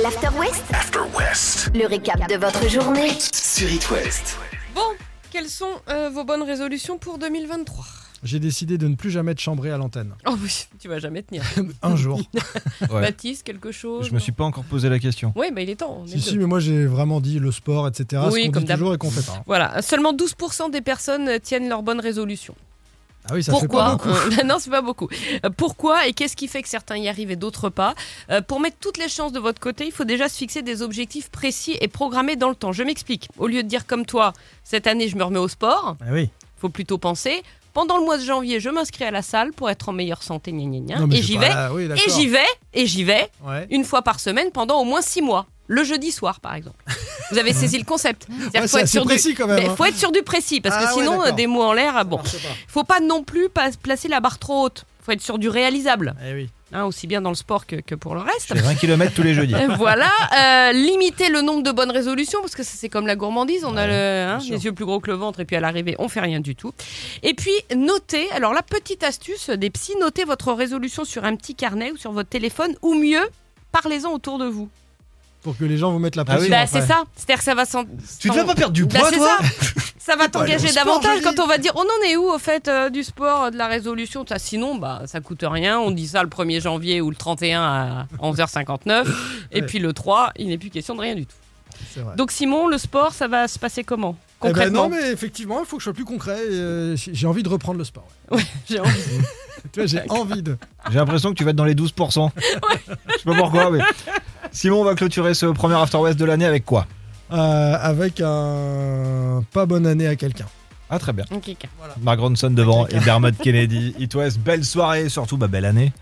L'After West After West Le récap de votre journée. sur It West. Bon, quelles sont euh, vos bonnes résolutions pour 2023 J'ai décidé de ne plus jamais te chambrer à l'antenne. Oh oui, tu vas jamais tenir. Un jour. Ouais. Baptiste, quelque chose Je me suis pas encore posé la question. Oui, bah, il est temps. on est si, si, deux. mais moi j'ai vraiment dit le sport, etc. Oui, ce qu'on comme dit d'hab. toujours et qu'on fait pas. hein. Voilà, seulement 12% des personnes euh, tiennent leurs bonnes résolutions. Ah oui, ça Pourquoi fait pas beaucoup. Euh, Non, c'est pas beaucoup. Euh, Pourquoi et qu'est-ce qui fait que certains y arrivent et d'autres pas Euh, Pour mettre toutes les chances de votre côté, il faut déjà se fixer des objectifs précis et programmés dans le temps. Je m'explique. Au lieu de dire comme toi, cette année je me remets au sport, Ah oui. faut plutôt penser. Pendant le mois de janvier, je m'inscris à la salle pour être en meilleure santé, gna gna gna, Non, mais Hein et c'est j'y pas vais, là, Ah oui, et d'accord. j'y vais, et j'y vais, Ouais. une fois par semaine pendant au moins six mois. Le jeudi soir, par exemple. Vous avez saisi le concept. Ouais, C'est-à-dire c'est faut, être assez sur du... précis quand même. mais hein. faut être sur du précis, parce Ah que ouais, sinon, euh, d'accord. des mots en l'air, ah bon. Marche pas. Faut pas non plus pas- placer la barre trop haute. Faut être sur du réalisable, Eh oui. hein, aussi bien dans le sport que, que pour le reste. Je fais 20 km tous les jeudis. Euh, voilà, euh, limiter le nombre de bonnes résolutions parce que ça, c'est comme la gourmandise, on a le, hein, les yeux plus gros que le ventre et puis à l'arrivée on fait rien du tout. Et puis notez, alors la petite astuce des psys, notez votre résolution sur un petit carnet ou sur votre téléphone ou mieux, parlez-en autour de vous. Pour que les gens vous mettent la Ah pression. oui. Bah, après. c'est ça, c'est-à-dire que ça va s'en- s'en- perdre du Bah, c'est ça va pas aller au t'engager sport, davantage je quand dis. on va dire oh, on en est où au fait euh, du sport, euh, de la résolution, tout ça. Sinon, bah ça coûte rien. On dit ça le 1er janvier ou le 31 à 11h59. Et Ouais. puis le 3, il n'est plus question de rien du tout. C'est vrai. Donc Simon, le sport, ça va se passer comment Eh ben Concrètement, non, mais effectivement, il faut que je sois plus concret. et, euh, j'ai envie de reprendre le sport. ouais. J'ai envie- Tu vois, j'ai envie de. J'ai l'impression que tu vas être dans les 12%. Je sais pas pourquoi, mais. Simon, on va clôturer ce premier After West de l'année avec quoi Euh, avec un pas bonne année à quelqu'un. Ah, très bien. Ok, ok. Mark Ronson devant et Dermot Kennedy. It West, belle soirée, surtout bah, belle année.